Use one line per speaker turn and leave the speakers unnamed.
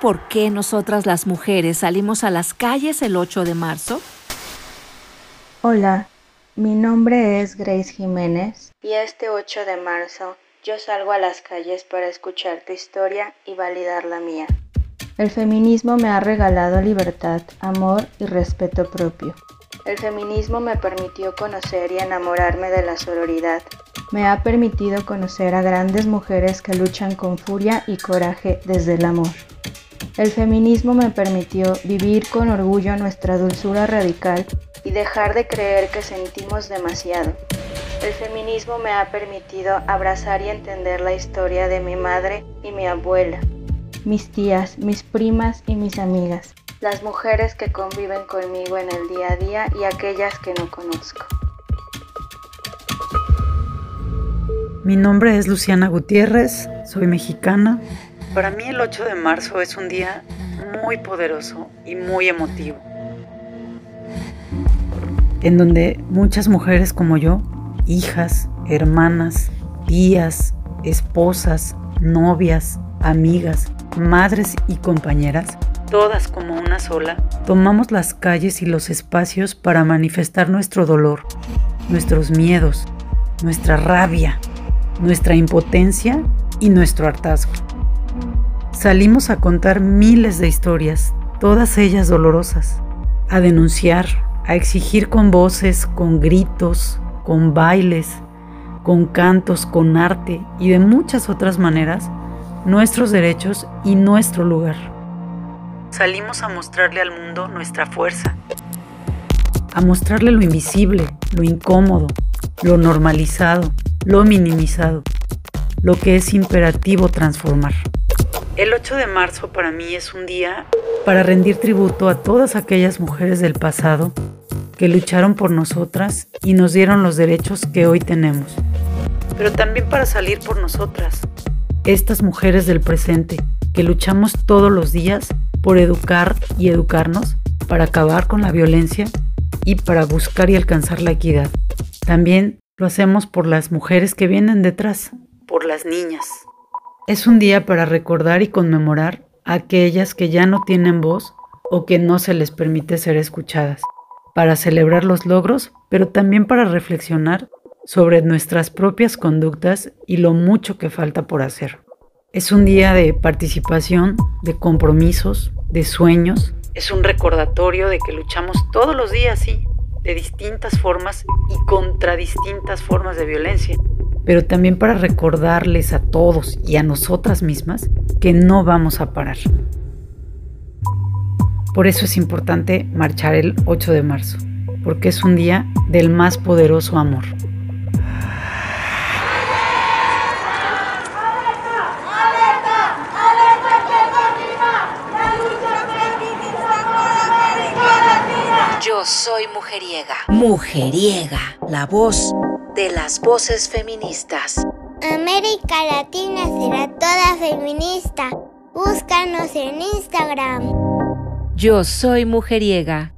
por qué nosotras las mujeres salimos a las calles el 8 de marzo?
Hola, mi nombre es Grace Jiménez y este 8 de marzo yo salgo a las calles para escuchar tu historia y validar la mía. El feminismo me ha regalado libertad, amor y respeto propio. El feminismo me permitió conocer y enamorarme de la sororidad. Me ha permitido conocer a grandes mujeres que luchan con furia y coraje desde el amor. El feminismo me permitió vivir con orgullo nuestra dulzura radical y dejar de creer que sentimos demasiado. El feminismo me ha permitido abrazar y entender la historia de mi madre y mi abuela, mis tías, mis primas y mis amigas, las mujeres que conviven conmigo en el día a día y aquellas que no conozco.
Mi nombre es Luciana Gutiérrez, soy mexicana. Para mí el 8 de marzo es un día muy poderoso y muy emotivo, en donde muchas mujeres como yo, hijas, hermanas, tías, esposas, novias, amigas, madres y compañeras, todas como una sola, tomamos las calles y los espacios para manifestar nuestro dolor, nuestros miedos, nuestra rabia, nuestra impotencia y nuestro hartazgo. Salimos a contar miles de historias, todas ellas dolorosas, a denunciar, a exigir con voces, con gritos, con bailes, con cantos, con arte y de muchas otras maneras nuestros derechos y nuestro lugar. Salimos a mostrarle al mundo nuestra fuerza, a mostrarle lo invisible, lo incómodo, lo normalizado, lo minimizado, lo que es imperativo transformar. El 8 de marzo para mí es un día para rendir tributo a todas aquellas mujeres del pasado que lucharon por nosotras y nos dieron los derechos que hoy tenemos, pero también para salir por nosotras, estas mujeres del presente que luchamos todos los días por educar y educarnos para acabar con la violencia y para buscar y alcanzar la equidad. También lo hacemos por las mujeres que vienen detrás, por las niñas. Es un día para recordar y conmemorar a aquellas que ya no tienen voz o que no se les permite ser escuchadas, para celebrar los logros, pero también para reflexionar sobre nuestras propias conductas y lo mucho que falta por hacer. Es un día de participación, de compromisos, de sueños. Es un recordatorio de que luchamos todos los días, sí, de distintas formas y contra distintas formas de violencia. Pero también para recordarles a todos y a nosotras mismas que no vamos a parar. Por eso es importante marchar el 8 de marzo, porque es un día del más poderoso amor.
soy mujeriega. Mujeriega, la voz de las voces feministas.
América Latina será toda feminista. Búscanos en Instagram.
Yo soy mujeriega.